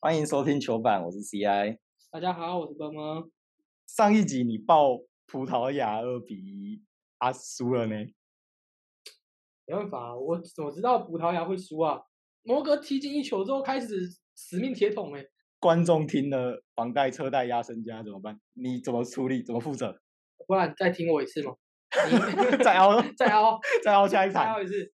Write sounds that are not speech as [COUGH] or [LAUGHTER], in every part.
欢迎收听球板，我是 CI。大家好，我是波波。上一集你报葡萄牙二比一啊输了呢，没办法，我我知道葡萄牙会输啊。摩格踢进一球之后，开始死命铁桶哎、观众听了房贷车贷压身家怎么办？你怎么处理？怎么负责？ [LAUGHS] 不然再听我一次嘛，再熬 [LAUGHS] 再 [LAUGHS] 凹，再熬下一再凹场，一次。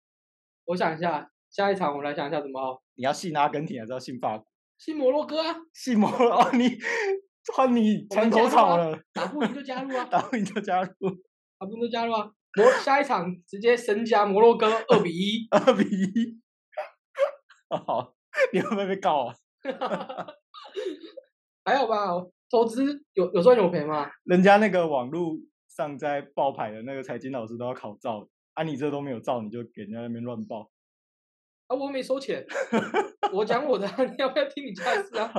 我想一下，下一场我来想一下怎么凹。你要信阿根廷还是要信法国？新摩洛哥啊，信摩洛哦， [LAUGHS] 你换你我船们头加入草啊了，打不赢就 [LAUGHS] 加入啊，然后你就加入，打不赢就加入啊。摩下一场直接身家摩洛哥二比一二比一。 [LAUGHS] 好，你会不会被告啊？还好吧？投资有有赚有赔嘛？人家那个网络上在爆牌的那个财经老师都要考照，啊，你这都没有照，你就给人家那边乱报。啊，我又没 [LAUGHS] 收钱，我讲我的啊，你要不要听你家的事啊？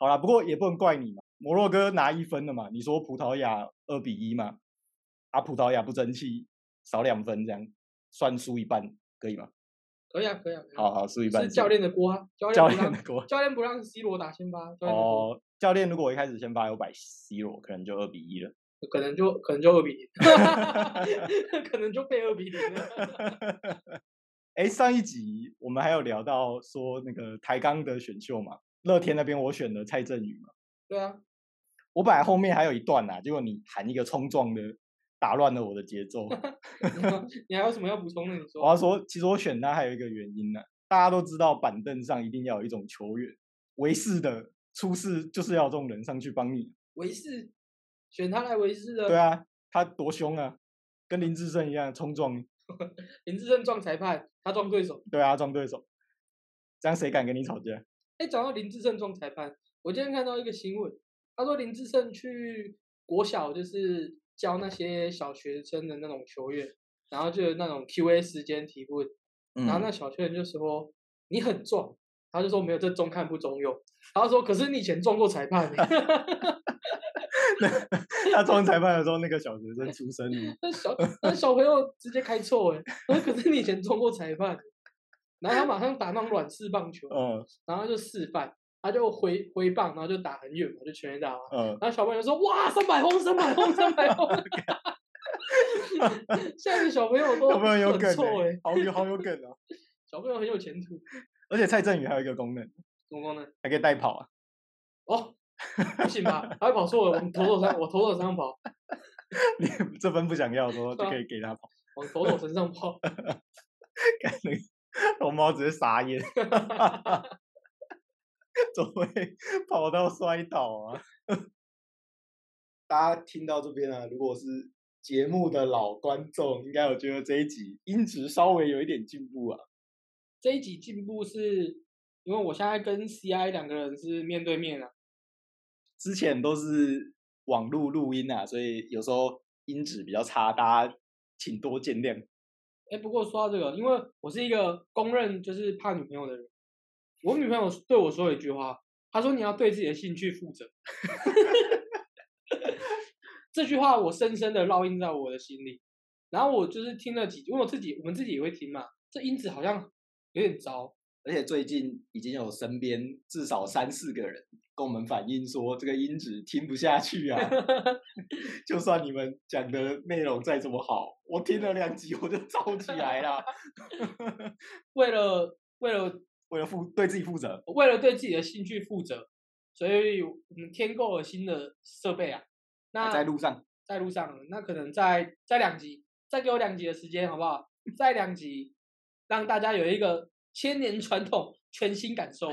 好啦，不过也不能怪你嘛，摩洛哥拿一分了嘛，你说葡萄牙二比一嘛，啊，葡萄牙不争气，少两分这样算输一半可以吗？可以啊，可以啊。可以啊好好，输一半是是教练的锅啊，教教练不练让的锅教练不让 C 罗打先发，教练的锅、哦。教练如果一开始先发有摆 C 罗，可能就二比一了。可能就可能就二比零， [LAUGHS] 可能就被二比零了。 [LAUGHS] 哎，上一集我们还有聊到说那个台钢的选秀嘛，乐天那边我选了蔡振宇嘛，对啊， [LAUGHS] 我本来后面还有一段啊，结果你喊一个冲撞的，打乱了我的节 [LAUGHS] 奏。你还有什么要补充的？你我说，要说，其实我选他还有一个原因呢、大家都知道板凳上一定要有一种球员，维士的出事就是要有这种人上去帮你。维士选他来维士的，对啊，他多凶啊，跟林志胜一样冲撞，林志胜撞裁判，他撞对手。对啊，撞对手，这样谁敢跟你吵架？哎，讲到林志胜撞裁判，我今天看到一个新闻，他说林志胜去国小就是教那些小学生的那种球员，然后就有那种 Q&A 时间提问，嗯 [LAUGHS] 然后那小学人就说你很壮，他就说没有，这中看不中用。然后说可是你以前撞过裁判欸， [LAUGHS] 他撞裁判的时候，那个小学生出 [LAUGHS] 声音，那小那小朋友直接开错哎，他说可是你以前撞过裁判欸，然后他马上打那种软式棒球，嗯然后就示范，他就挥挥棒，然后就打很远嘛，就全垒打嘛。嗯，然后小朋友就说哇三百轰三百轰三百轰， [LAUGHS] 下面小朋友都有没有有很梗、错欸欸？好有好有梗哦、 [LAUGHS] 小朋友很有前途，而且蔡振宇还有一个功能，怎么说呢？还可以带跑啊，哦，不行吧，他会跑错了，往头头上往头头上跑。你 [LAUGHS] 这分不想要的时候就可以给他跑。往头头身上跑，看那个龙猫直接傻 [LAUGHS] 眼，怎么会跑到摔倒啊？ [LAUGHS] 大家听到这边啊，如果是节目的老观众，应该有觉得这一集音质稍微有一点进步啊。这一集进步是因为我现在跟 CI 两个人是面对面啊，之前都是网络录音啊，所以有时候音质比较差，大家请多见谅。哎，不过说到这个，因为我是一个公认就是怕女朋友的人，我女朋友对我说了一句话，她说你要对自己的兴趣负责。 [LAUGHS] 这句话我深深的烙印在我的心里，然后我就是听了几，因为我自己我们自己也会听嘛，这音质好像有点糟，而且最近已经有身边至少三四个人跟我们反映说，这个音质听不下去 [LAUGHS] 啊。就算你们讲的内容再怎么好，我听了两集我就燥起来 [LAUGHS] 了。为了为了为了负对自己负责，为了对自己的兴趣负责，所以我们添购了新的设备啊。那在路上在路上了，那可能在在两集，再给我两集的时间，好不好？再两集，让大家有一个千年传统全新 [LAUGHS] 感受。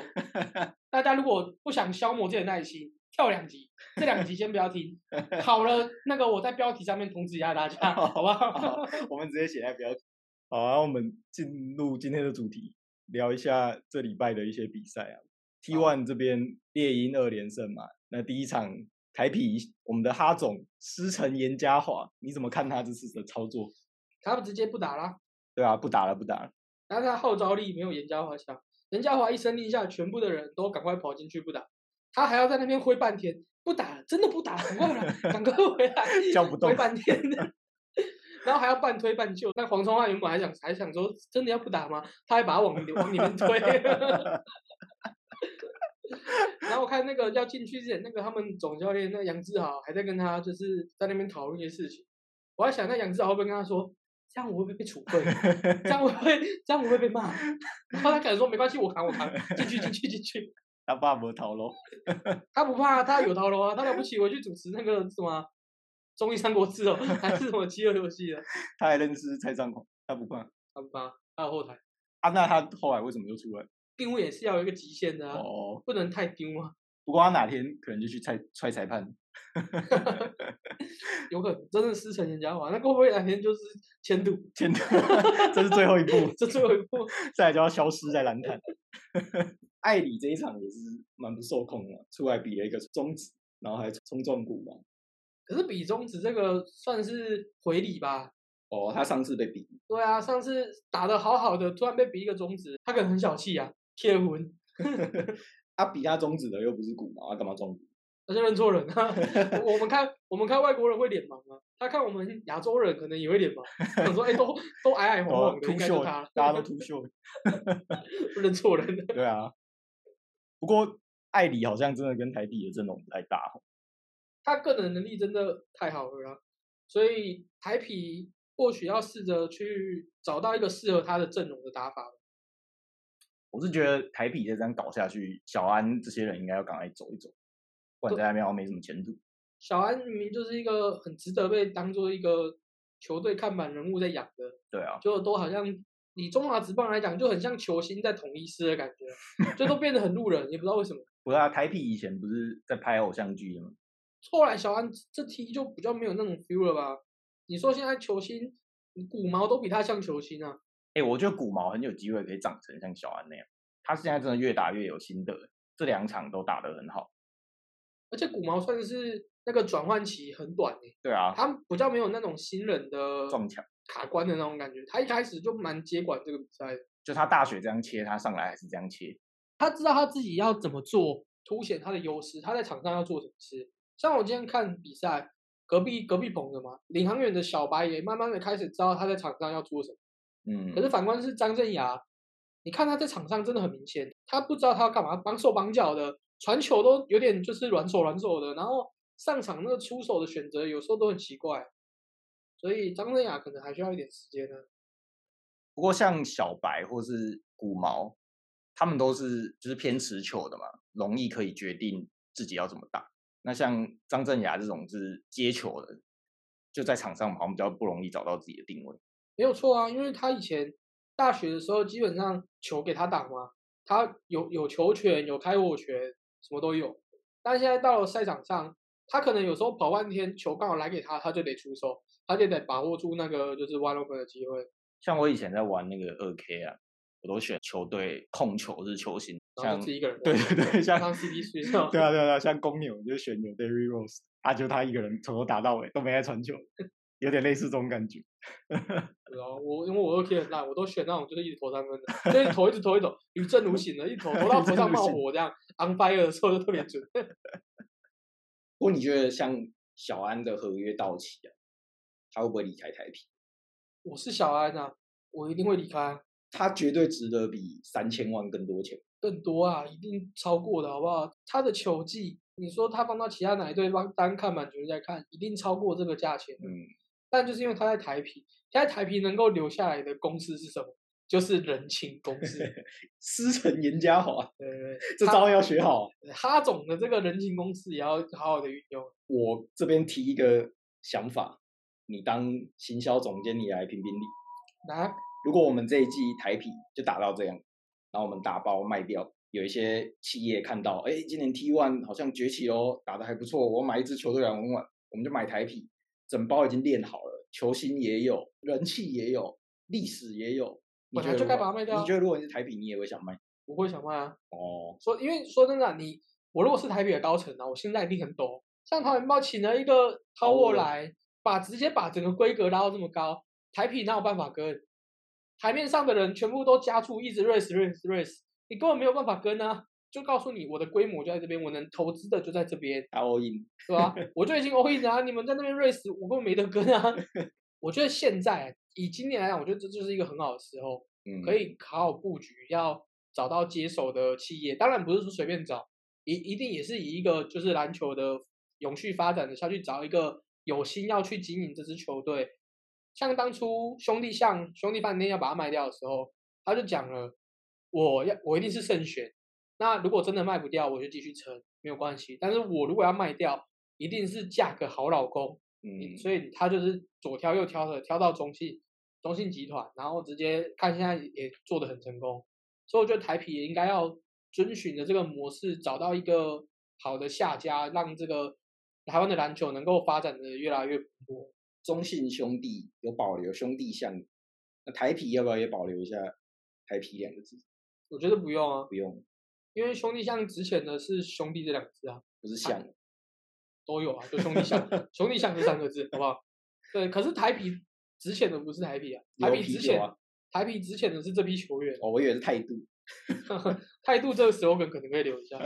大家如果不想消磨自己的耐心，跳两集，这两集先不 [LAUGHS] 要听。好了，那个我在标题上面通知一下大家，好 [LAUGHS] 不好？哦好我们直接写在标题。啊 [LAUGHS] 好啊，我们进入今天的主题，聊一下这礼拜的一些比赛啊。T 好 One 这边猎鹰二连胜嘛，那第一场台皮我们的哈总师承严家华，你怎么看他这次的操作？他们直接不打啦，对啊，不打了，不打了。，但是他号召力没有严家华强。严家华一声令下，全部的人都赶快跑进去不打，他还要在那边挥半天，不打了，真的不打了，赶快回来，赶快回来 [LAUGHS] 叫不动挥半天然后还要半推半就。那黄聪汉原本还想还想说，真的 [LAUGHS] 要不打吗？他还把他往里往里面推。然看那个要进去之前，那个他们总教练那个杨志豪还在跟他就是在那边讨论一些事情。我在想，那杨志豪会不会跟他说，这样我会不会被处分？这样我会这样我会被骂？ [LAUGHS] 然后他可能说没关系，我扛我扛，进去进去进去。他爸没逃咯，他不怕，他有套路啊，他了不起，我去主持那个什么综艺《三国志》哦，还是什么饥饿游戏的，他还认识蔡尚煌，他不怕他不怕，他有后台。啊。那他后来为什么又出来？定位也是要有一个极限的啊，哦，不能太丢啊，不过他哪天可能就去踹踹裁判，有可能真的师承人家话，那会不会哪天就是迁都？ [LAUGHS] 天哪，这是最后一步，这最后一步，再来就要消失在篮坛。 [LAUGHS] 艾里这一场也是蛮不受控的，出来比了一个中指，然后还冲撞鼓嘛。可是比中指这个算是回礼吧？哦，他上次被比，对啊，上次打的好好的，突然被比一个中指，他可能很小气啊，贴魂，他啊比他中指的又不是鼓嘛，啊他干嘛撞鼓？他就认错人啊。 [LAUGHS] 我我们看我们看外国人会脸盲啊，他看我们亚洲人可能也会脸盲，想说哎、都都矮矮黄哦黄，的，秃应该就秀，他了，大家都秃秀。认错人 [LAUGHS] 了。对啊，不过艾里好像真的跟台地的阵容不太搭哦。他个人能力真的太好了啦，所以台皮或许要试着去找到一个适合他的阵容的打法。我是觉得台皮再这样搞下去，小安这些人应该要赶快走一走，不然对在那边好像没什么前途。小安明明就是一个很值得被当做一个球队看板人物在养的，对啊，就都好像以中华职棒来讲，就很像球星在统一师的感觉，就都变得很路人，也不知道为什么。不是啊，台皮以前不是在拍偶像剧的吗？后来小安这踢就比较没有那种 feel 了吧？你说现在球星，你骨毛都比他像球星啊？哎、我觉得古毛很有机会可以长成像小安那样，他现在真的越打越有心得，这两场都打得很好。而且骨毛算是那个转换期很短诶、对啊，他比较没有那种新人的撞墙，卡关的那种感觉。他一开始就蛮接管这个比赛的，就他大学这样切，他上来还是这样切。他知道他自己要怎么做，凸显他的优势，他在场上要做什么事。像我今天看比赛，隔壁隔壁棚的嘛，领航员的小白也慢慢的开始知道他在场上要做什么。嗯可，是反观是张镇雅，你看他在场上真的很明显，他不知道他要干嘛，绑手绑脚的，传球都有点就是软手软手的，然后上场那个出手的选择有时候都很奇怪，所以张镇雅可能还需要一点时间呢。不过像小白或是古毛，他们都是就是偏持球的嘛，容易可以决定自己要怎么打。那像张镇雅这种是接球的，就在场上好像比较不容易找到自己的定位。没有错啊，因为他以前大学的时候，基本上球给他打嘛，他有有球权，有开火权，什么都有。但现在到了赛场上，他可能有时候跑半天，球刚好来给他，他就得出手，他就得把握住那个就是 wide open 的机会，像我以前在玩那个二 K 啊，我都选球队控球是球星，然后像就自己一个人对玩。对对，像，像 CD 睡觉对啊对啊对啊，像公牛我就选牛 d e r r y Rose，啊就他一个人从头打到尾都没在传球，有点类似这种感觉。然后我因为我二 K 很烂，我都选那种就是一直投三分的，就一直投一直投一直投，屡正如醒的，一直投投到 [LAUGHS] 屡头战上如冒醒火这样，on fire 的时候就特别准。 [LAUGHS] 不过你觉得像小安的合约到期啊，他会不会离开台啤？我是小安啊，我一定会离开啊。他绝对值得比三千万更多钱。更多啊，一定超过的好不好？他的球技，你说他放到其他哪一队帮单看满球队在看，一定超过这个价钱。嗯，但就是因为他在台皮，他在台皮能够留下来的公司是什么？就是人情公 [LAUGHS] 司。师承严家华， [LAUGHS] 对对这招要学好啊。对，哈总的这个人情公司也要好好的运用。我这边提一个想法，你当行销总监，你来评评理。拿如果我们这一季台啤就打到这样，然后我们打包卖掉，有一些企业看到，哎，今年 T One 好像崛起哦，打得还不错，我买一支球队来玩玩，我们就买台啤，整包已经练好了，球星也有，人气也有，历史也有。你本觉来得就如该果把它卖掉啊你觉得如果你是台啤，你也会想卖？我会想卖啊。哦，说，因为说真的啊、你我如果是台北的高层啊，我现在一定很抖。像桃园豹请了一个 t o w 哦来，把直接把整个规格拉到这么高，台啤哪有办法跟？台面上的人全部都加注，一直 race race race，你根本没有办法跟啊！就告诉你，我的规模就在这边，我能投资的就在这边，打 all in，对吧、我就已经 all in 了啊，你们在那边 race，我根本没得跟啊！ [LAUGHS] 我觉得现在以今年来讲，我觉得这就是一个很好的时候，嗯，可以好好布局，要找到接手的企业。当然不是说随便找，一一定也是以一个就是篮球的永续发展的下去找一个有心要去经营这支球队。像当初兄弟像兄弟饭店要把它卖掉的时候，他就讲了，我要我一定是慎选。那如果真的卖不掉，我就继续撑，没有关系。但是我如果要卖掉，一定是嫁个好老公。嗯，所以他就是左挑右挑的，挑到中信中信集团，然后直接看现在也做得很成功，所以我觉得台啤也应该要遵循着这个模式，找到一个好的下家，让这个台湾的篮球能够发展的越来越蓬勃。中信兄弟有保留兄弟像，那台啤要不要也保留一下台啤两个字？我觉得不用啊，不用，因为兄弟像之前的是兄弟这两个字啊，不是像，都有啊，就兄 [LAUGHS] 弟像兄弟像这三个字，好不好？对，可是台啤之前的不是台啤啊，台有啤啤之酒前、啊台啤之前的是这批球员。啊哦，我以为是态度。态度这个 slogan 可能可以留一下。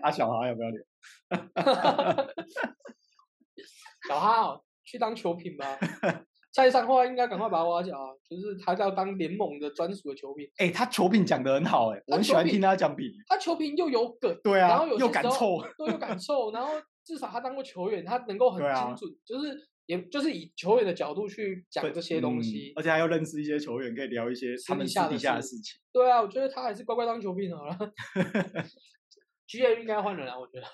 啊，小孩要不要留？小哈、哦，去当球评吧。蔡尚话应该赶快把他挖角啊，就是他要当联盟的专属的球评。哎、他球品讲得很好、哎，我他很喜球欢品听他讲评。他球评又有梗，对然啊后有，又些敢时候凑，又有感受，然后至少他当过球员，他能够很对啊精准，就是也就是以球员的角度去讲对这些东西嗯。而且还要认识一些球员，可以聊一些他私们底私下底的下的事事情。对啊，我觉得他还是乖乖当球评好了。G M 应该换人啊，我觉得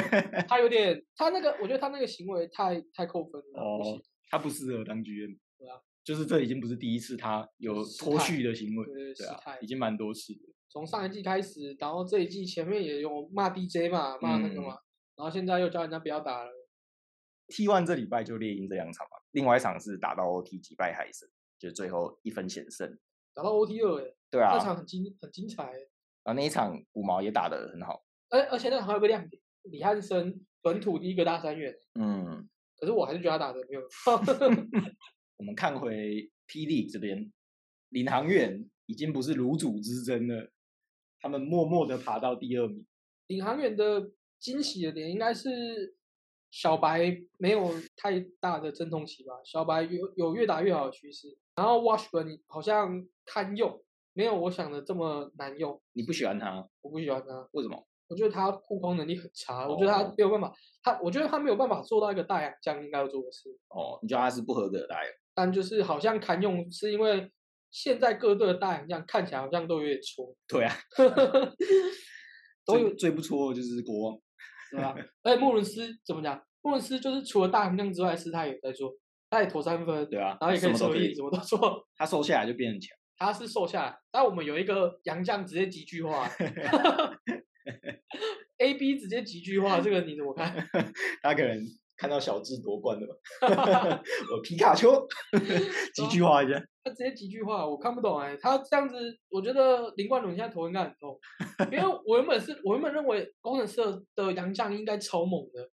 [LAUGHS] 他有点，他那个，我觉得他那个行为太太扣分了，不行哦，他不适合当 GM。对啊，就是这已经不是第一次他有失脱态序的行为对，对，失对啊态，已经蛮多次了。从上一季开始，然后这一季前面也有骂 DJ 嘛，骂那个嘛，嗯然后现在又叫人家不要打了。 T one 这礼拜就猎鹰这两场嘛，另外一场是打到 OT 击败海神，就最后一分险胜。打到 OT 二哎、对啊，那场很精很精彩、欸，然后那一场五毛也打得很好。而而且那场还有个亮点，李汉生本土第一个大三元，嗯，可是我还是觉得他打的没有很好 [LAUGHS] 我们看回霹雳这边，领航员已经不是卤煮之争了，他们默默的爬到第二名。领航员的惊喜的点应该是小白没有太大的阵痛期吧，小白有有越打越好的趋势，然后 Washburn 好像堪用，没有我想的这么难用，你不喜欢他，我不喜欢他。为什么？我觉得他护框能力很差，我觉得他哦没有办法，他我觉得他没有办法做到一个大洋将应该要做的事。哦，你觉得他是不合格的来源？但就是好像堪用，是因为现在各队的大洋将看起来好像都有点挫，对 [LAUGHS] 啊，都有最最不错的就是国王，对 [LAUGHS] 吧？而且莫伦斯怎么讲？莫伦斯就是除了大洋将之外，是他也在做，他也投三分，对啊，然后也可什以么都收可益，以什，么都做。他瘦下来就变很强。他是瘦下来，但我们有一个洋将直接几 [LAUGHS] 句话，A B 直接几句话，这个你怎么看？他可能看到小智夺冠了 [LAUGHS] 吧？我皮卡丘， [LAUGHS] 几句话一下，他直接几句话，我看不懂哎、他这样子，我觉得林冠伦现在头应该很痛，因为 [LAUGHS] 我原本是我原本认为工程师的杨将应该超猛的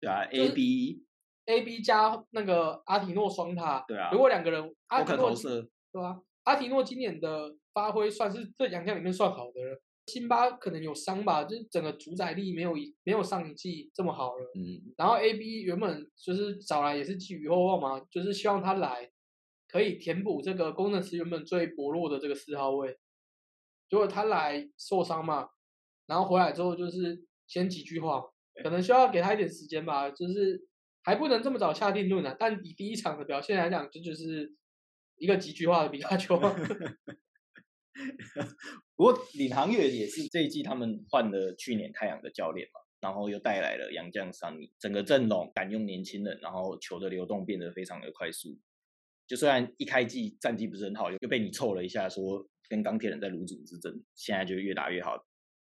对啊就是，A B， ，A B 加那个阿提诺双塔，对啊如，果两个人，阿我提可诺投射，对啊，阿提诺今年的发挥算是这杨将里面算好的了。辛巴可能有伤吧，就是整个主宰力没有以没有上一季这么好了。嗯，然后 A B 原本就是找来也是寄予厚望嘛，就是希望他来可以填补这个工程师原本最薄弱的这个四号位。结果他来受伤嘛，然后回来之后就是先几句话，可能需要给他一点时间吧，就是还不能这么早下定论啊。但以第一场的表现来讲，这就是一个几句话的皮卡丘啊。不过领航员也是这一季他们换了去年太阳的教练嘛，然后又带来了杨将桑尼，整个阵容敢用年轻人，然后球的流动变得非常的快速。就虽然一开季战绩不是很好，又被你凑了一下说跟钢铁人在卤煮之争，现在就越打越好，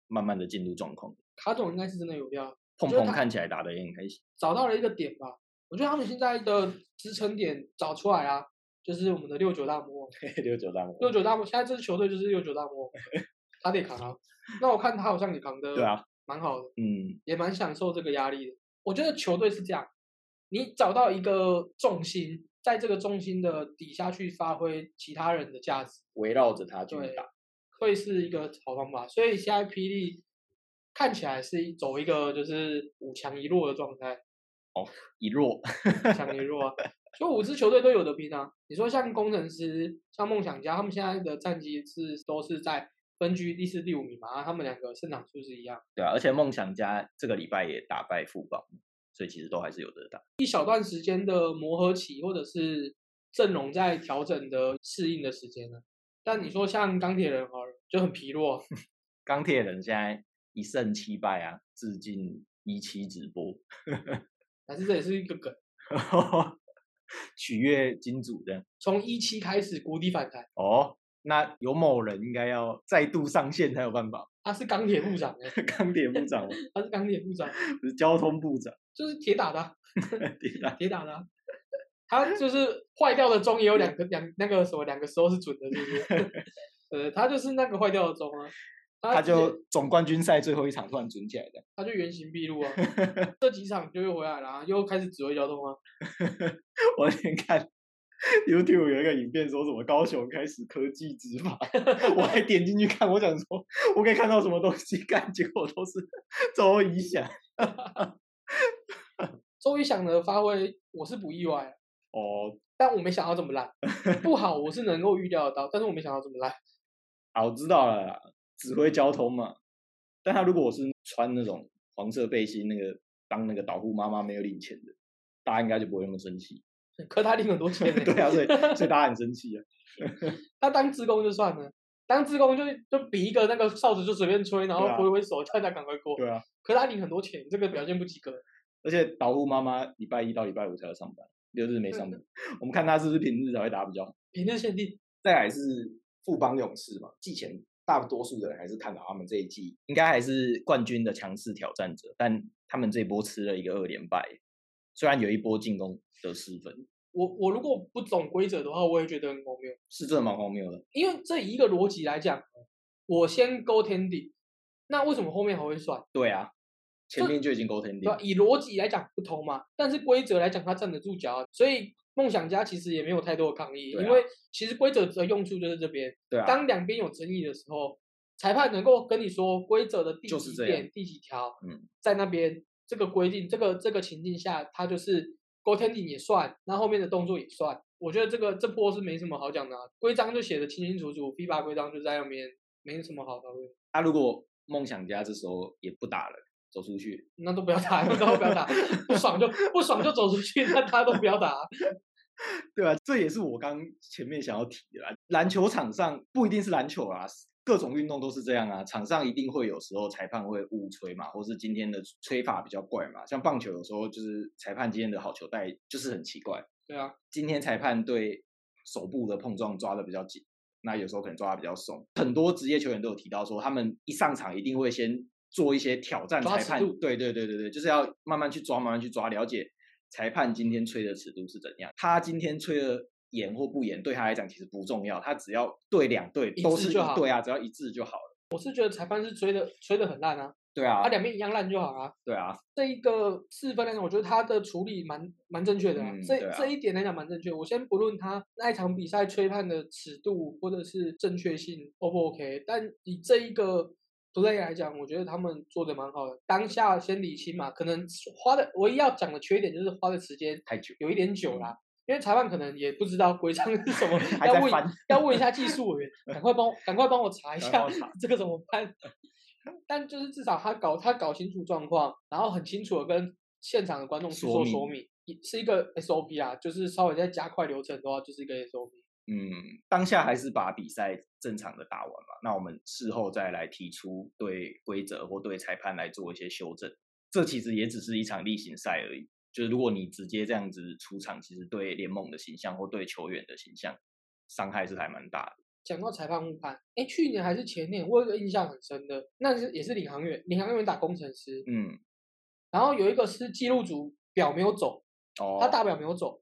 慢慢的进入状况。卡总应该是真的有料，碰觉得碰他看起来打得也很开 [LAUGHS] 心，找到了一个点吧。我觉得他们现在的支撑点找出来啊，就是我们的六九大魔王。六九大魔六九大魔，现在这支球队就是六九大魔王， [LAUGHS] 他得扛啊。那我看他好像也扛的对啊，蛮好的，嗯，也蛮享受这个压力的。我觉得球队是这样，你找到一个重心，在这个重心的底下去发挥其他人的价值，围绕着他去对打，会是一个好方法。所以现在霹雳看起来是一走一个就是五强一弱的状态，一弱， [LAUGHS] 强也弱啊。所以五支球队都有的拼啊。你说像工程师、像梦想家，他们现在的战绩是都是在分居第四、第五名嘛，然啊后他们两个胜场数是一样。对啊，而且梦想家这个礼拜也打败富邦，所以其实都还是有得打。一小段时间的磨合期，或者是阵容在调整的适应的时间呢。但你说像钢铁人好了，就很疲弱，啊钢铁人现在一胜七败啊，致敬一期直 [LAUGHS] 播，但是这也是一个梗。取悦金主这样。从一期开始谷底反弹，哦，那有某人应该要再度上线才有办 [LAUGHS] 法。他是钢铁部长哎、钢铁部长吗他是钢铁部长，不是交通部长，就是铁打的啊、对 [LAUGHS] 啊铁打的啊、他就是坏掉的钟也有两个两那个什么两个时候是准的，是不是？ [LAUGHS] 呃，他就是那个坏掉的钟啊，他直接就总冠军赛最后一场突然准起来的， [LAUGHS] 他就原形毕露啊，这几场就又回来了、啊，又开始指挥交通啊，我那天看 YouTube 有一个影片说什么高雄开始科技执法， [LAUGHS] 我还点进去看，我想说我可以看到什么东西， [LAUGHS] 看结果都是周怡翔。周瑜翔的发挥我是不意外，啊哦，但我没想到这么 [LAUGHS] 烂，不好我是能够预料得到，但是我没想到这么烂。啊，我知道了啦，指挥交通嘛。但他如果是穿那种黄色背心，那个当那个导护妈妈没有领钱的，大家应该就不会那么生气。 [LAUGHS] 可他领很多钱呢、对啊，所以所以大家很生气啊。他当职工就算了，当职工就就比一个那个哨子就随便吹，然后对啊挥挥手，大家赶快过。对啊，可他领很多钱，这个表现不及格。而且导护妈妈礼拜一到礼拜五才要上班，六日没上班。我们看他是不是平日才会打比较好。平日限定，再来是富邦勇士嘛，季前大多数的人还是看好他们这一季应该还是冠军的强势挑战者，但他们这一波吃了一个二连败，虽然有一波进攻得失分，我我如果不懂规则的话，我也觉得很荒谬。是真的蛮荒谬的。因为这以一个逻辑来讲，我先勾天顶，那为什么后面还会算？对啊，前就面就已经勾天对啊吧？顶，以逻辑来讲不通嘛，但是规则来讲，它站得住脚啊。所以梦想家其实也没有太多的抗议，对啊因为其实规则的用处就是这边，对啊，当两边有争议的时候，裁判能够跟你说规则的第就几是这点、样第几条，嗯，在那边这个规定、这个这个情境下，它就是勾天顶也算，那后面的动作也算。我觉得这个这波是没什么好讲的、啊，规章就写的清清楚楚，FIBA 规章就在那边，没什么好讨论。他啊如果梦想家这时候也不打了，走出去，那都不要打，那都不要打，不爽就不爽就走出去，那大家都不要打。啊对啊，这也是我刚前面想要提的啦。篮球场上不一定是篮球啦，各种运动都是这样啊。场上一定会有时候裁判会误吹嘛，或是今天的吹法比较怪嘛。像棒球有时候就是裁判今天的好球带就是很奇怪，对啊，今天裁判对手部的碰撞抓的比较紧，那有时候可能抓的比较松。很多职业球员都有提到说，他们一上场一定会先做一些挑战抓裁尺判度，对对对对对，就是要慢慢去抓，慢慢去抓，了解裁判今天吹的尺度是怎样。他今天吹的严或不严，对他来讲其实不重要，他只要对两队一都致是一就好对啊，只要一致就好了。我是觉得裁判是吹的吹的很烂啊，对啊他、，两边一样烂就好啊。对啊，这一个四分来讲，我觉得他的处理蛮蛮正确的、嗯这、对啊这一点来讲蛮正确。我先不论他那一场比赛吹判的尺度或者是正确性 O 不 OK，但以这一个 play 来讲，我觉得他们做的蛮好的。当下先理清嘛，可能花的唯一要讲的缺点就是花的时间太久有一点久啦。因为裁判可能也不知道规章是什么，嗯还要在问翻要问一下技术委员，赶快帮我赶快帮我查一赶快下帮我查这个怎么办。但就是至少他搞他搞清楚状况，然后很清楚的跟现场的观众去说做明说明，也是一个 SOP 啊，就是稍微再加快流程的话，就是一个 SOP。嗯，当下还是把比赛正常的打完嘛。那我们事后再来提出对规则或对裁判来做一些修正。这其实也只是一场例行赛而已。就是如果你直接这样子出场，其实对联盟的形象或对球员的形象伤害是还蛮大的。讲到裁判误判，哎，去年还是前年，我有个印象很深的，那是也是领航员，领航员打工程师，嗯，然后有一个是记录组表没有走，哦，他大不了没有走。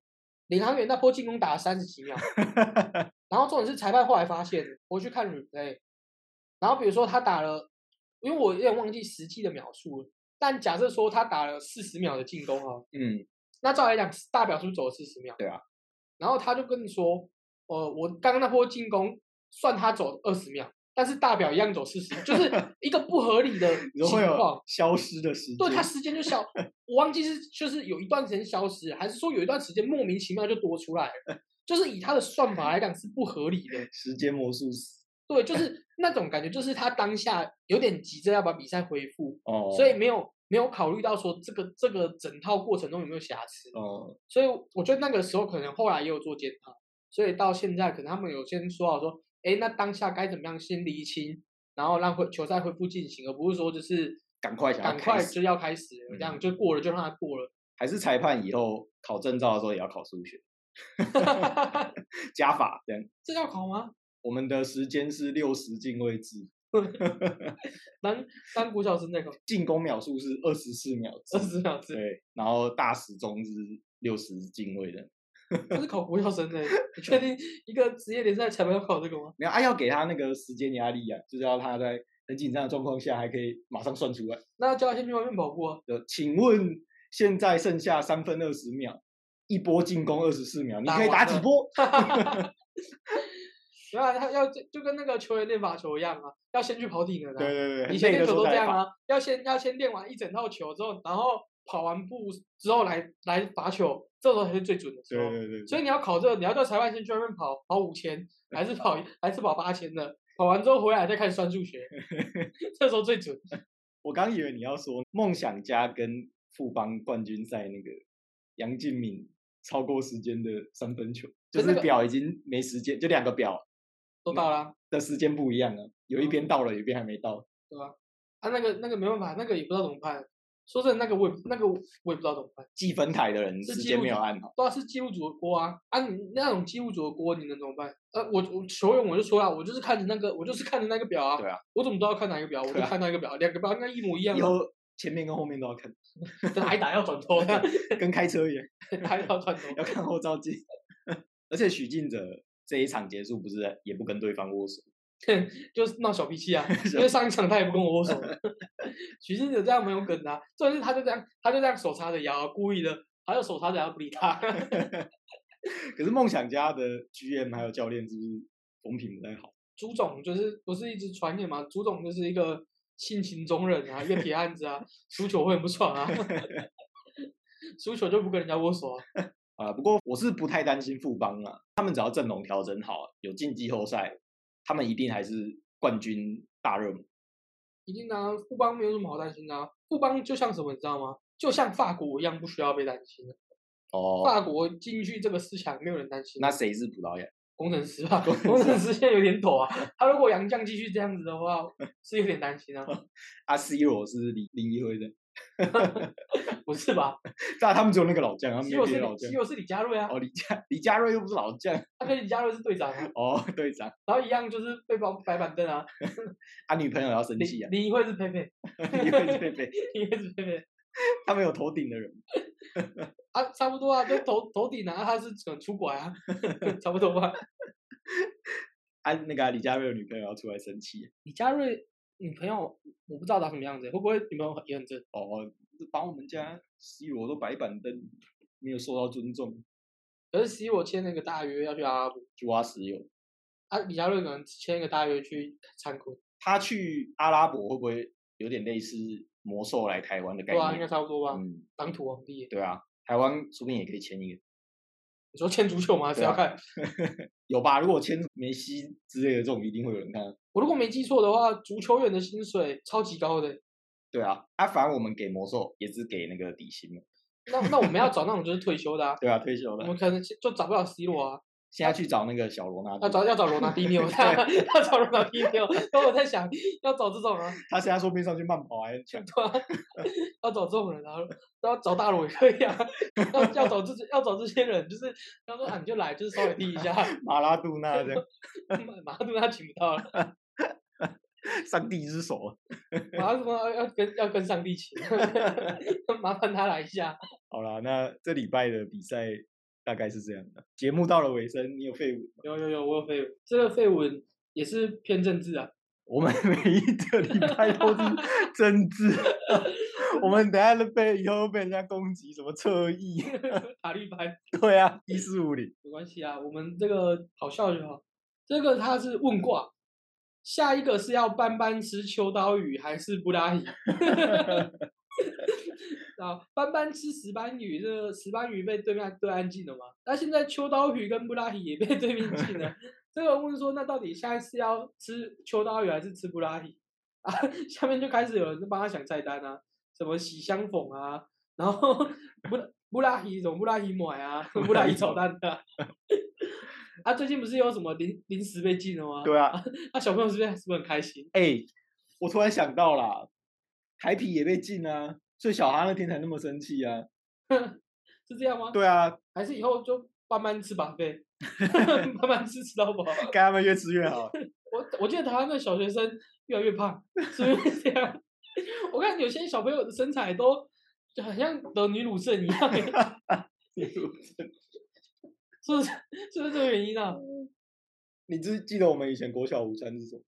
领航员那波进攻打了三十几 [LAUGHS] 秒，然后重点是裁判后来发现，我去看 replay，然后比如说他打了，因为我有点忘记实际的秒数了，但假设说他打了四十秒的进攻哈，嗯，那照来讲大表叔走了四十秒，对啊，然后他就跟你说，呃，我刚刚那波进攻算他走二十秒，但是大表一样走四十，就是一个不合理 [LAUGHS] 的你说会情况有。消失的时间，对，它时间就消，我忘记是就是有一段时间消失，还是说有一段时间莫名其妙就多出来了就是以它的算法来讲是不合理的。时间魔术师，对，就是那种感觉，就是他当下有点急着要把比赛恢复，哦，所以没有没有考虑到说这个这个整套过程中有没有瑕疵，哦，所以我觉得那个时候可能后来也有做检讨，所以到现在可能他们有先说好说，哎，那当下该怎么样先厘清，然后让会球赛恢复进行，而不是说就是赶快想要赶开快始嗯就要开始了，这样就过了就让它过了， [LAUGHS] 还是裁判以后考证照的时候也要考数学加法这样。这要考吗？我们的时间是六十进位制，当当古小生在考进攻秒数是二十四秒制二，十秒制，对，然后大时钟是六十进位的。这是考古小生的，你确定一个职业联赛裁判要考这个吗？没有啊，要给他那个时间压力啊，就是要他在很紧张的状况下还可以马上算出来。那叫他先去外面跑步啊，就请问现在剩下三分二十秒，一波进攻二十四秒，你打可以完打几了波？然后他要就就跟那个球员练罚球一样啊，要先去跑体能啊。对对 [LAUGHS] 对， [LAUGHS] 以前累练的时球候都这再样打。啊，要先要先练完一整套球之后，然后跑完步之后来来罚球，这时候才是最准的时对候。对对，所以你要考这个，你要叫裁判先去外面跑跑五千，[LAUGHS] 还是跑还是跑八千的？跑完之后回来再开始算 [LAUGHS] 数学，这时候最准。我刚以为你要说梦想家跟富邦冠军赛那个杨敬敏超过时间的三分球，就可是那是个表已经没时间，就两个表啊都到啦、的时间不一样了，有哦一边到了，有一边还没到。啊，那个那个没办法，那个也不知道怎么判。说真的，那个我也那个我也不知道怎么办。计分台的人是时记间录没有的按好，对啊，是技术组的锅啊啊！你那种技术组的锅，你能怎么办？呃，我我球员我就说了，啊我就是看着那个，我就是看着那个表啊。对啊。我怎么知道看哪一个表？我就对啊看那个表，两个表应该一模一样以啊。后前面跟后面都要看，挨打要转头，啊跟开车一样，挨打要转头。要看后照镜。 [LAUGHS] 而且许晋哲这一场结束不是也不跟对方握手，就是闹小脾 [LAUGHS] 气啊，因为上一场他也不跟我握手。 [LAUGHS] 许昕哲这样没有梗的、啊，重点是他就这样，他就这样手叉着腰啊，故意的，他就手叉着腰不理他。可是梦想家的 GM 还有教练是不是风评不太好？朱总就是不是一直传言嘛？朱总就是一个性情中人 [LAUGHS] 啊，一个铁汉子啊，输球会很不爽啊， [LAUGHS] 输球就不跟人家握手啊。啊，不过我是不太担心富邦啊，他们只要阵容调整好，有进季后赛，他们一定还是冠军大热门。一定啊，富邦没有什么好担心的、啊。富邦就像什么，你知道吗？就像法国一样，不需要被担心的。哦，法国进去这个四强，没有人担心。那谁是葡萄牙？工程师吧，工程师现在有点抖啊。他如果杨绛继续这样子的话，是有点 [LAUGHS] 担心啊。阿 C 罗是林林一辉的， [LAUGHS] 不是吧？但他们只有那个老将，他们西没游有是别的李老将西。游是李佳瑞啊，哦，李佳李佳瑞又不是老将他跟李佳瑞是队长啊，哦，队长，然后一样就是被包白板凳啊。他女朋友要生李气啊，李一慧是佩佩，因为贝贝 [LAUGHS] 李一慧是佩佩他们有头顶的人，啊，差不多啊，就头头顶啊，他是可能出轨啊， [LAUGHS] 差不多吧。啊，那个啊、李佳瑞的女朋友要出来生气李佳瑞女朋友我不知道长什么样子，会不会女朋友也很正？哦，把我们家 C 罗都摆板凳，没有受到尊重，可是 C 我签了一个大约要去阿拉伯，就挖石油。啊，李佳瑞可能签一个大约去参观，他去阿拉伯会不会有点类似魔兽来台湾的概对啊，应念？该差不多吧，嗯，当土皇帝耶。对啊，台湾说不定也可以签一个，你说签足球 [LAUGHS] 吗？谁对啊要看？有吧？如果签梅西之类的这种，一定会有人看啊。我如果没记错的话，足球员的薪水超级高的。对啊，啊，反正我们给魔兽也只给那个底薪嘛。，那那我们要找那种就是退休的啊对啊，退休我了，们可能就找不了 C 罗啊，现在去找那个小罗纳度，要找要找罗纳蒂尼奥， [LAUGHS] 要找罗纳蒂尼奥。 [LAUGHS] 然后我在想，要找这种啊，他现在说不定上去慢跑还很强。对啊，要找这种人啊，然后找大罗也可以啊，要要找这要找这些人，就是他说啊你就来，就是稍微踢一下， [LAUGHS] 马拉杜纳这样，马马杜他请不到了，上帝之手啊。马什么要跟要跟上帝请， [LAUGHS] 麻烦他来一下。好啦，那这礼拜的比赛大概是这样的。节目到了尾声，你有废物？有有有，我有绯闻，这个绯闻也是偏政治啊。我们 [LAUGHS] 每一个礼拜都是政治，啊我们等下都被以后被人家攻击什么侧翼？塔利班对啊，一四五零。没关系啊，我们这个好笑就好。这个他是问卦，下一个是要班班吃秋刀鱼还是布拉鱼？ [LAUGHS] 啊，班班吃石斑鱼，这个石斑鱼被对面对岸禁了嘛？那现在秋刀鱼跟布拉鱼也被对面禁了，这个人问说，那到底下一次要吃秋刀鱼还是吃布拉提啊？下面就开始有人帮他想菜单啊，什么喜相逢啊，然后 [LAUGHS] 布拉布拉提什么布拉提买啊，布拉提炒蛋的啊。啊，最近不是有什么零零食被禁了吗？对啊，那、小朋友是不是是不是很开心？哎、我突然想到啦，台啤也被禁啊，所以小哈那天才那么生气啊。是这样吗？对啊，还是以后就慢慢吃吧， [LAUGHS] 对， [LAUGHS] 慢慢吃吃到饱。跟他们越吃越好。我我记得台湾的小学生越来越胖，是不是这样？ [LAUGHS] 我看有些小朋友的身材都就很像得女乳症一样欸， [LAUGHS] 是不是？是不是这个原因啊？你记记得我们以前国小午餐是什么？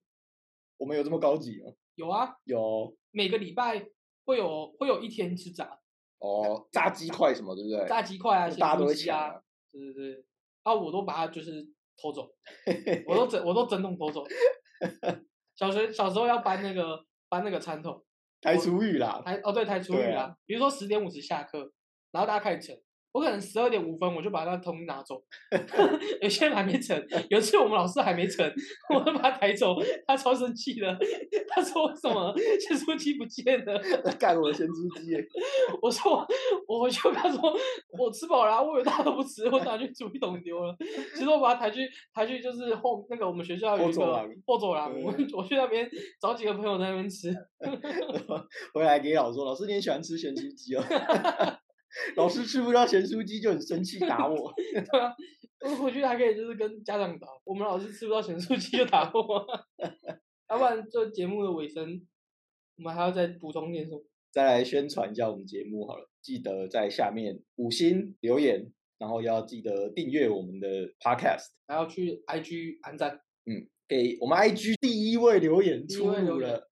我们有这么高级吗？有啊，有每个礼拜会有会有一天吃炸哦，炸鸡块什么，对不对？炸鸡块啊，就咸大家都酥会鸡抢啊啊，对对对，啊，我都把它就是偷走，我都整我都整桶偷走。小学小时候要搬那个搬那个餐桶，台厨语 [LAUGHS] 啦，台哦对台厨对语啊啦，比如说十点五十下课，然后大家开始盛，我可能十二点五分我就把那桶拿 [LAUGHS] 走，有些人还没盛，有一次我们老师还没盛，我就把他抬走，他超生气的，他说为什么 [LAUGHS] 咸酥鸡不见了？干我的咸猪鸡耶，我说我回去跟他说我吃饱了、啊，我有大家都不吃，我拿去煮一桶丢了。其实我把它抬去抬去就是后那个我们学校有后一走个廊后走廊，对我我去那边找几个朋友在那边 [LAUGHS] 吃。回来给老师说，老师你很喜欢吃咸酥鸡哦。 [LAUGHS] 老师吃不到咸酥鸡就很生气打 [LAUGHS] 我，对啊，我回去还可以就是跟家长打，我们老师吃不到咸酥鸡就打我。 [LAUGHS] 要不然这节目的尾声，我们还要再补充点什么？再来宣传一下我们节目好了，记得在下面五星留言，然后要记得订阅我们的 podcast。还要去 IG 按赞，给我们 IG 第一位留言第一出位留炉言了，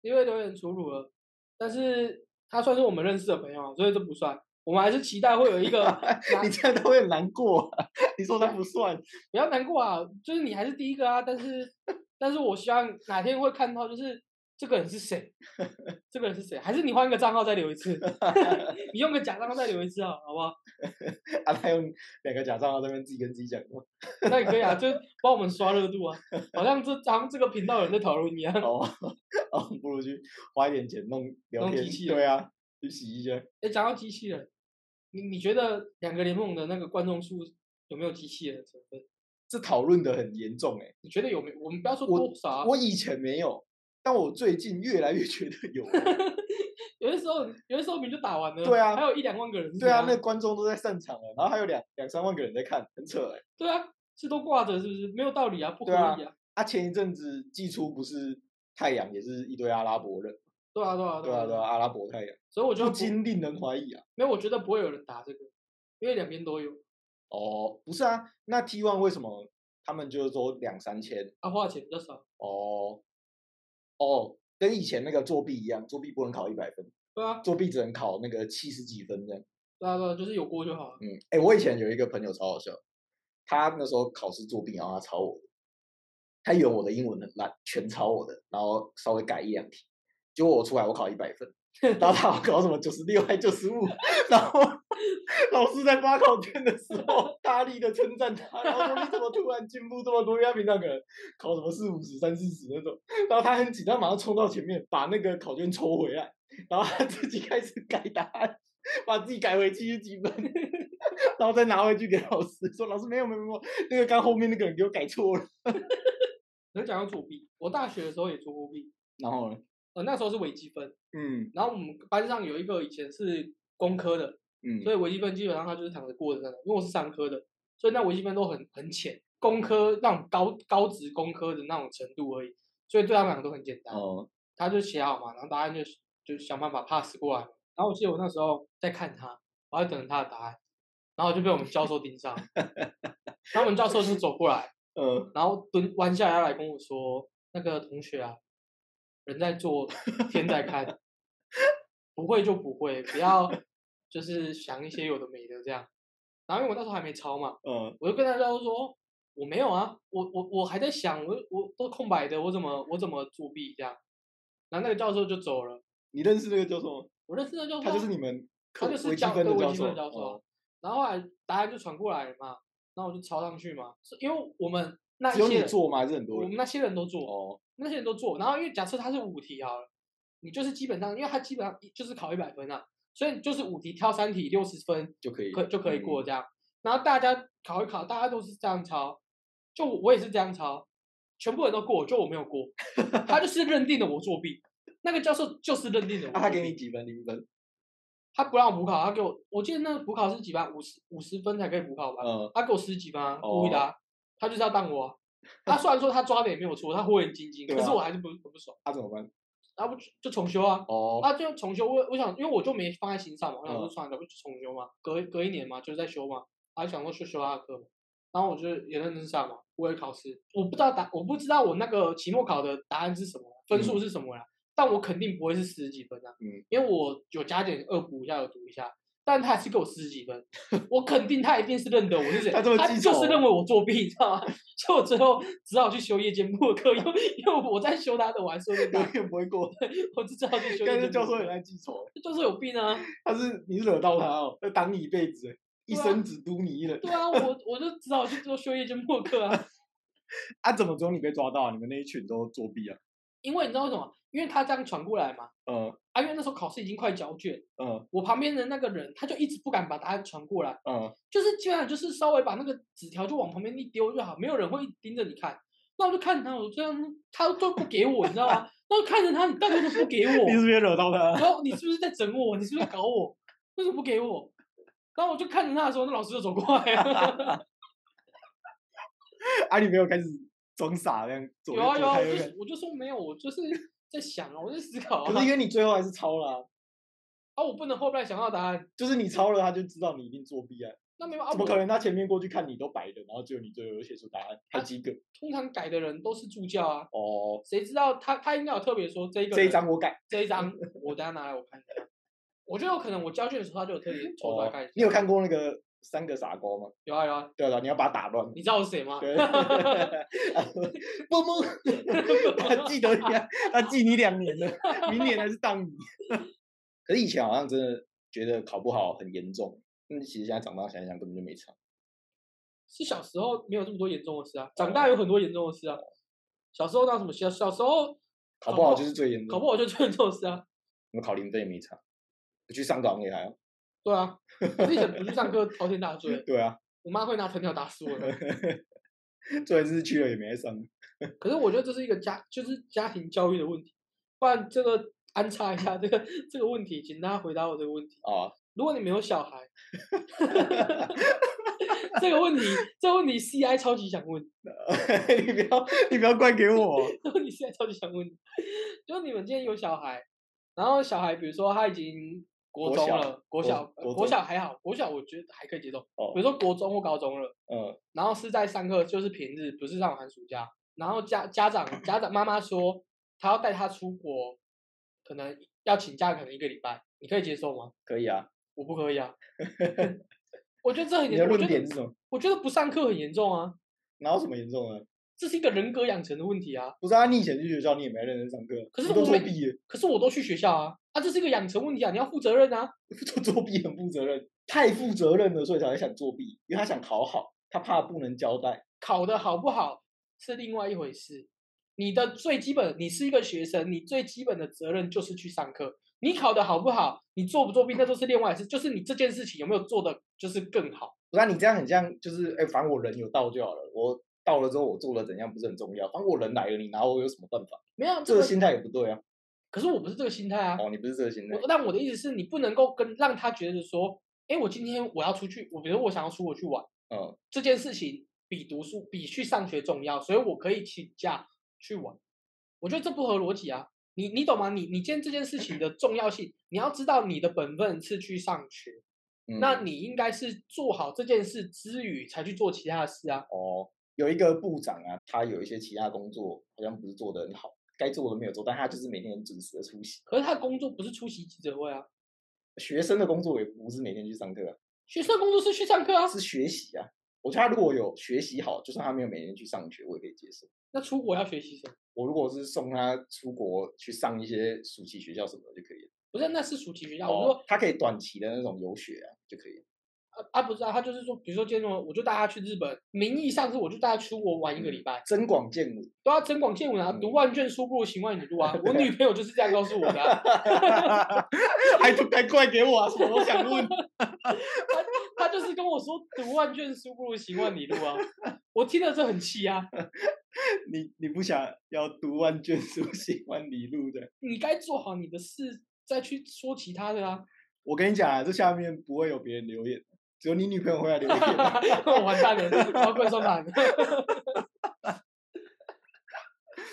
因为留言出炉了，但是他算是我们认识的朋友啊，所以这不算。我们还是期待会有一 [LAUGHS] 个拿你这样都会很难过、啊。 [LAUGHS] 你说他不算，不要难过啊，就是你还是第一个啊，[LAUGHS] 但是但是我希望哪天会看到，就是这个人是 [LAUGHS] 谁，这个人是谁，还是你换一个账号再留一次， [LAUGHS] 你用个假账号再留一次啊，好不好？啊，他用两个假账号在那边自己跟自己讲话。那也可以啊，就帮我们刷热度啊，好像这好像这个频道有人在讨论一 [LAUGHS] 啊样。哦，哦，不如去花一点钱弄聊弄天机器，对啊，去洗一下。哎，讲到机器人，你你觉得两个联盟的那个观众数有没有机器人的成分？这讨论的很严重哎、你觉得有没有？我们不要说我多少啊，我以前没有，但我最近越来越觉得有欸。有的时候有的时候我们就打完了，对啊还有一两万个人是对啊，吗那观众都在散场了，然后还有两两三万个人在看，很扯哎、对啊，是都挂着是不是？没有道理啊，不合对理啊啊。啊，前一阵子寄出不是太阳也是一堆阿拉伯人，对啊，对啊，对啊对啊，阿拉伯太阳，所以我觉不得不，禁令人怀疑啊。没有，我觉得不会有人打这个，因为两边都有。哦，不是啊，那 T one 为什么他们就是说两三千？他、啊花的钱比较少。哦，哦，跟以前那个作弊一样，作弊不能考一百分，对啊，作弊只能考那个七十几分这样。对啊，对啊，就是有锅就好了。嗯，哎、我以前有一个朋友超好笑，他那时候考试作弊，然后他抄我的，他以为我的英文很烂，全抄我的，然后稍微改一两题，结果我出来我考一百分。然后他好像考什么九十六还九十五， [LAUGHS] 然后老师在发考卷的时候大力的称赞他，然后说你怎么突然进步这么多？因为他平常可能考什么四五十、三四十那种，然后他很紧张，马上冲到前面把那个考卷抽回来，然后他自己开始改答案，把自己改回七十几分，然后再拿回去给老师说：“老师没有没有没有，那个刚后面那个人给我改错了。你讲到作弊，我大学的时候也做过弊，”然后呢？呃，那时候是微积分，嗯然后我们班上有一个以前是工科的，嗯所以微积分基本上他就是躺着过的那种，因为我是商科的，所以那微积分都很很浅，工科那种高高职工科的那种程度而已，所以对他们两个都很简单。哦他就写好嘛，然后答案就就想办法 pass 过来。然后我记得我那时候在看他，我在等他的答案，然后就被我们教授盯上了，然后我们教授就走过来，呃然后蹲弯下腰来跟我说：“那个同学啊，人在做天在看， [LAUGHS] 不会就不会，不要就是想一些有的没的这样。”然后因为我那时候还没抄嘛，呃我就跟他教授说，哦我没有啊，我我我还在想，我我都空白的，我怎么我怎么作弊这样？然后那个教授就走了，你认识那个教授吗？我认识那个教授他啊、就是你们他课就是微积教分对的微积授分的教授啊。哦。然后后来答案就传过来了嘛，然后我就抄上去嘛，是因为我们那只有一些你人做吗？还是很多我人们？那些人都做，哦，那些人都做。然后因为假设它是五题好了，你就是基本上，因为它基本上一就是考一百分啊，所以就是五题挑三题六十分就可以，可就可以嗯过这样。然后大家考一考，大家都是这样抄，就我我也是这样抄，全部人都过，就我没有过。他就是认定了我作弊，那个教授就是认定了我那他作给弊你几分？零分？他不让我补考，他给我，我记得那个补考是几班，五十五十分才可以补考吧？嗯，他给我十几分、啊，哦故意的、啊，他就是要当我啊、他虽然说他抓的也没有错，他火眼金睛，对可是啊我还是不很不爽，他怎么办？然后就就重修啊，哦，啊就重修。我我想，因为我就没放在心上嘛，我想说嗯算了，不就重修嘛，隔隔一年嘛，就是在修嘛，还想说去修他的课嘛，然后我就也认真上嘛，我也考试，我不知道答，我不知道我那个期末考的答案是什么，分数是什么啦，但我肯定不会是十几分啊，嗯，因为我有加减恶补一下，有读一下，但他还是给我四十几 [LAUGHS] 分，我肯定他一定是认得我是谁，他这么哦记就仇是认为我作弊，你知道吗？ [LAUGHS] 所以我最后只好去修夜间部的课，因为因为我在修他的，我还说那永个，远不会 [LAUGHS] 过。我就只好去修夜但间是部教授的也课爱记仇，就是有病啊！他是你惹到他哦，要挡你一辈子，欸一对啊生只督你一人。对啊，我我就只好去做修夜间部的课啊， [LAUGHS] 啊，怎么只有你被抓到啊？你们那一群都作弊啊？因为你知道为什么？因为他这样传过来嘛，嗯啊，因为那时候考试已经快交卷，嗯我旁边的那个人他就一直不敢把答案传过来。嗯，就是基本上就是稍微把那个纸条就往旁边一丢就好，没有人会盯着你看。那我就看他，我这样他都不给我，你知道吗？那我看着他，你到底为什么不给我你？是不是也惹到他？啊然后你是不是在整我？你是不是在搞我？为什么不给我？然后我就看着他的时候，那老师就走过来了。啊，你没有开始装傻这样左有右啊有左啊，看我右就看我就说没有，我就是 [LAUGHS] 在想啊，我在思考啊。可是因为你最后还是抄了啊、啊，我不能后来想到答案，就是你抄了，他就知道你一定作弊啊！那没办法。啊怎么我可能？他前面过去看你都白的，然后只有你最后写出答案，啊还及格通常改的人都是助教啊，哦。谁知道他他应该有特别说这一个这一人张我改这一 [LAUGHS] 张，我等下拿来我看一下。我觉得有可能我交卷的时候他就有特别抽出来哦看一下。你有看过那个三个傻瓜吗？有啊有啊，对啊对啊，你要把它打乱。你知道我是谁吗？对，波波，他记得你啊，他记你两年了，明年还是当 [LAUGHS] 你。可是以前好像真的觉得考不好很严重，但是其实现在长大想一想根本就没差。 [LAUGHS] 是小时候没有这么多严重的事哦啊，长大有很多严重的事啊。小时候那什么小小时候考不好就是最严搞重，不好就做这种事啊。我考零分也没差，我去上岗也还好。对啊，我以前不去上课 [LAUGHS] 滔天大罪， [LAUGHS] 对啊，我妈会拿藤条打死我的。最后是去了也没在上。可是我觉得这是一个家，就是家庭教育的问题。不然这个安插一下这个这个问题，请大家回答我这个问题。啊， [LAUGHS] 如果你没有小孩， [LAUGHS] 这个问题，这个问题 CI 超级想问，你不要，你不要怪给 [LAUGHS] 我。这个问题 CI 超级想问，就是你们今天有小孩，然后小孩比如说他已经国国中小了，国国小国国中小还好，国小我觉得还可以接受，哦比如说国中或高中了，嗯然后是在上课，就是平日，不是上寒暑假，然后家家长家长妈妈说他要带他出国，可能要请假，可能一个礼拜，你可以接受吗？可以啊。我不可以 [LAUGHS] 啊。我觉得这很你严的重，我论觉点得是什么？我觉得不上课很严重啊，哪有什么严重的？这是一个人格养成的问题啊。不是啊，你以前去学校你也没认真上课，可是你都我作每弊了， [LAUGHS] 可是我都去学校啊，啊，这是一个养成问题啊，你要负责任啊。做作弊很负责任，太负责任了，所以才会想作弊，因为他想考好，他怕不能交代。考得好不好是另外一回事，你的最基本，你是一个学生，你最基本的责任就是去上课。你考得好不好，你做不作弊，那都是另外一回事，就是你这件事情有没有做的就是更好。不然、啊、你这样很像，就是哎、反正我人有到就好了，我到了之后我做的怎样不是很重要，反正我人来了，你拿我有什么办法？没有这这个个，心态也不对啊。可是我不是这个心态啊。哦，你不是这个心态我，但我的意思是你不能够跟让他觉得说，哎，我今天我要出去，我比如我想要出国去玩嗯，这件事情，比读书比去上学重要，所以我可以请假去玩。我觉得这不合逻辑啊，你你懂吗？你你今天这件事情的重要性，你要知道你的本分是去上学，嗯那你应该是做好这件事之余才去做其他的事啊。哦，有一个部长啊，他有一些其他工作好像不是做的很好，该做的没有做，但他就是每天很准时的出席。可是他的工作不是出席记者会啊，学生的工作也不是每天去上课、啊，学生的工作是去上课啊。是学习啊。我觉得他如果有学习好，就算他没有每天去上学，我也可以接受。那出国要学习什么？我如果是送他出国去上一些暑期学校什么的就可以了。不是，那是暑期学校。我哦说他可以短期的那种游学啊，就可以了。啊，不是啊，他就是说，比如说今天我我就带他去日本，名义上是我就带他出国玩一个礼拜，增广见闻。都要增广见闻啊，读万卷书不如行万里路啊。我女朋友就是这样告诉我的、啊， [LAUGHS] 还不赶快给我啊！什么我想问？ [LAUGHS] 她就是跟我说读万卷书不如行万里路啊。 [LAUGHS] 我听了这很气啊， [LAUGHS] 你你不想要读万卷书 [LAUGHS] 行万里路的？你该做好你的事，再去说其他的啊。我跟你讲啊，这下面不会有别人留言，只有你女朋友会来留言。 [LAUGHS] 完蛋了， [LAUGHS] 我要跪算盘。 [LAUGHS]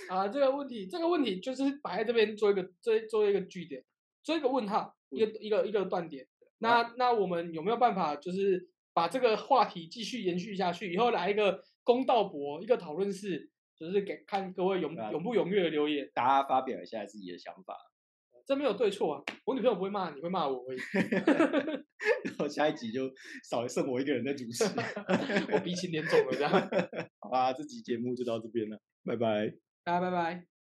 啊，这个问题，这个问题就是摆在这边做一个做做一个句点，做一个问号，一个一个一个断点。那那我们有没有办法，就是把这个话题继续延续下去？以后来一个公道博，一个讨论室，就是给看各位踊对啊踊不踊跃的留言。大家发表一下自己的想法，这没有对错啊，我女朋友不会骂你，会骂我而已。 [LAUGHS] 然后下一集就少剩我一个人在主持。 [LAUGHS] 我鼻青脸肿了这样。好啊，这集节目就到这边了，拜拜。大家拜拜。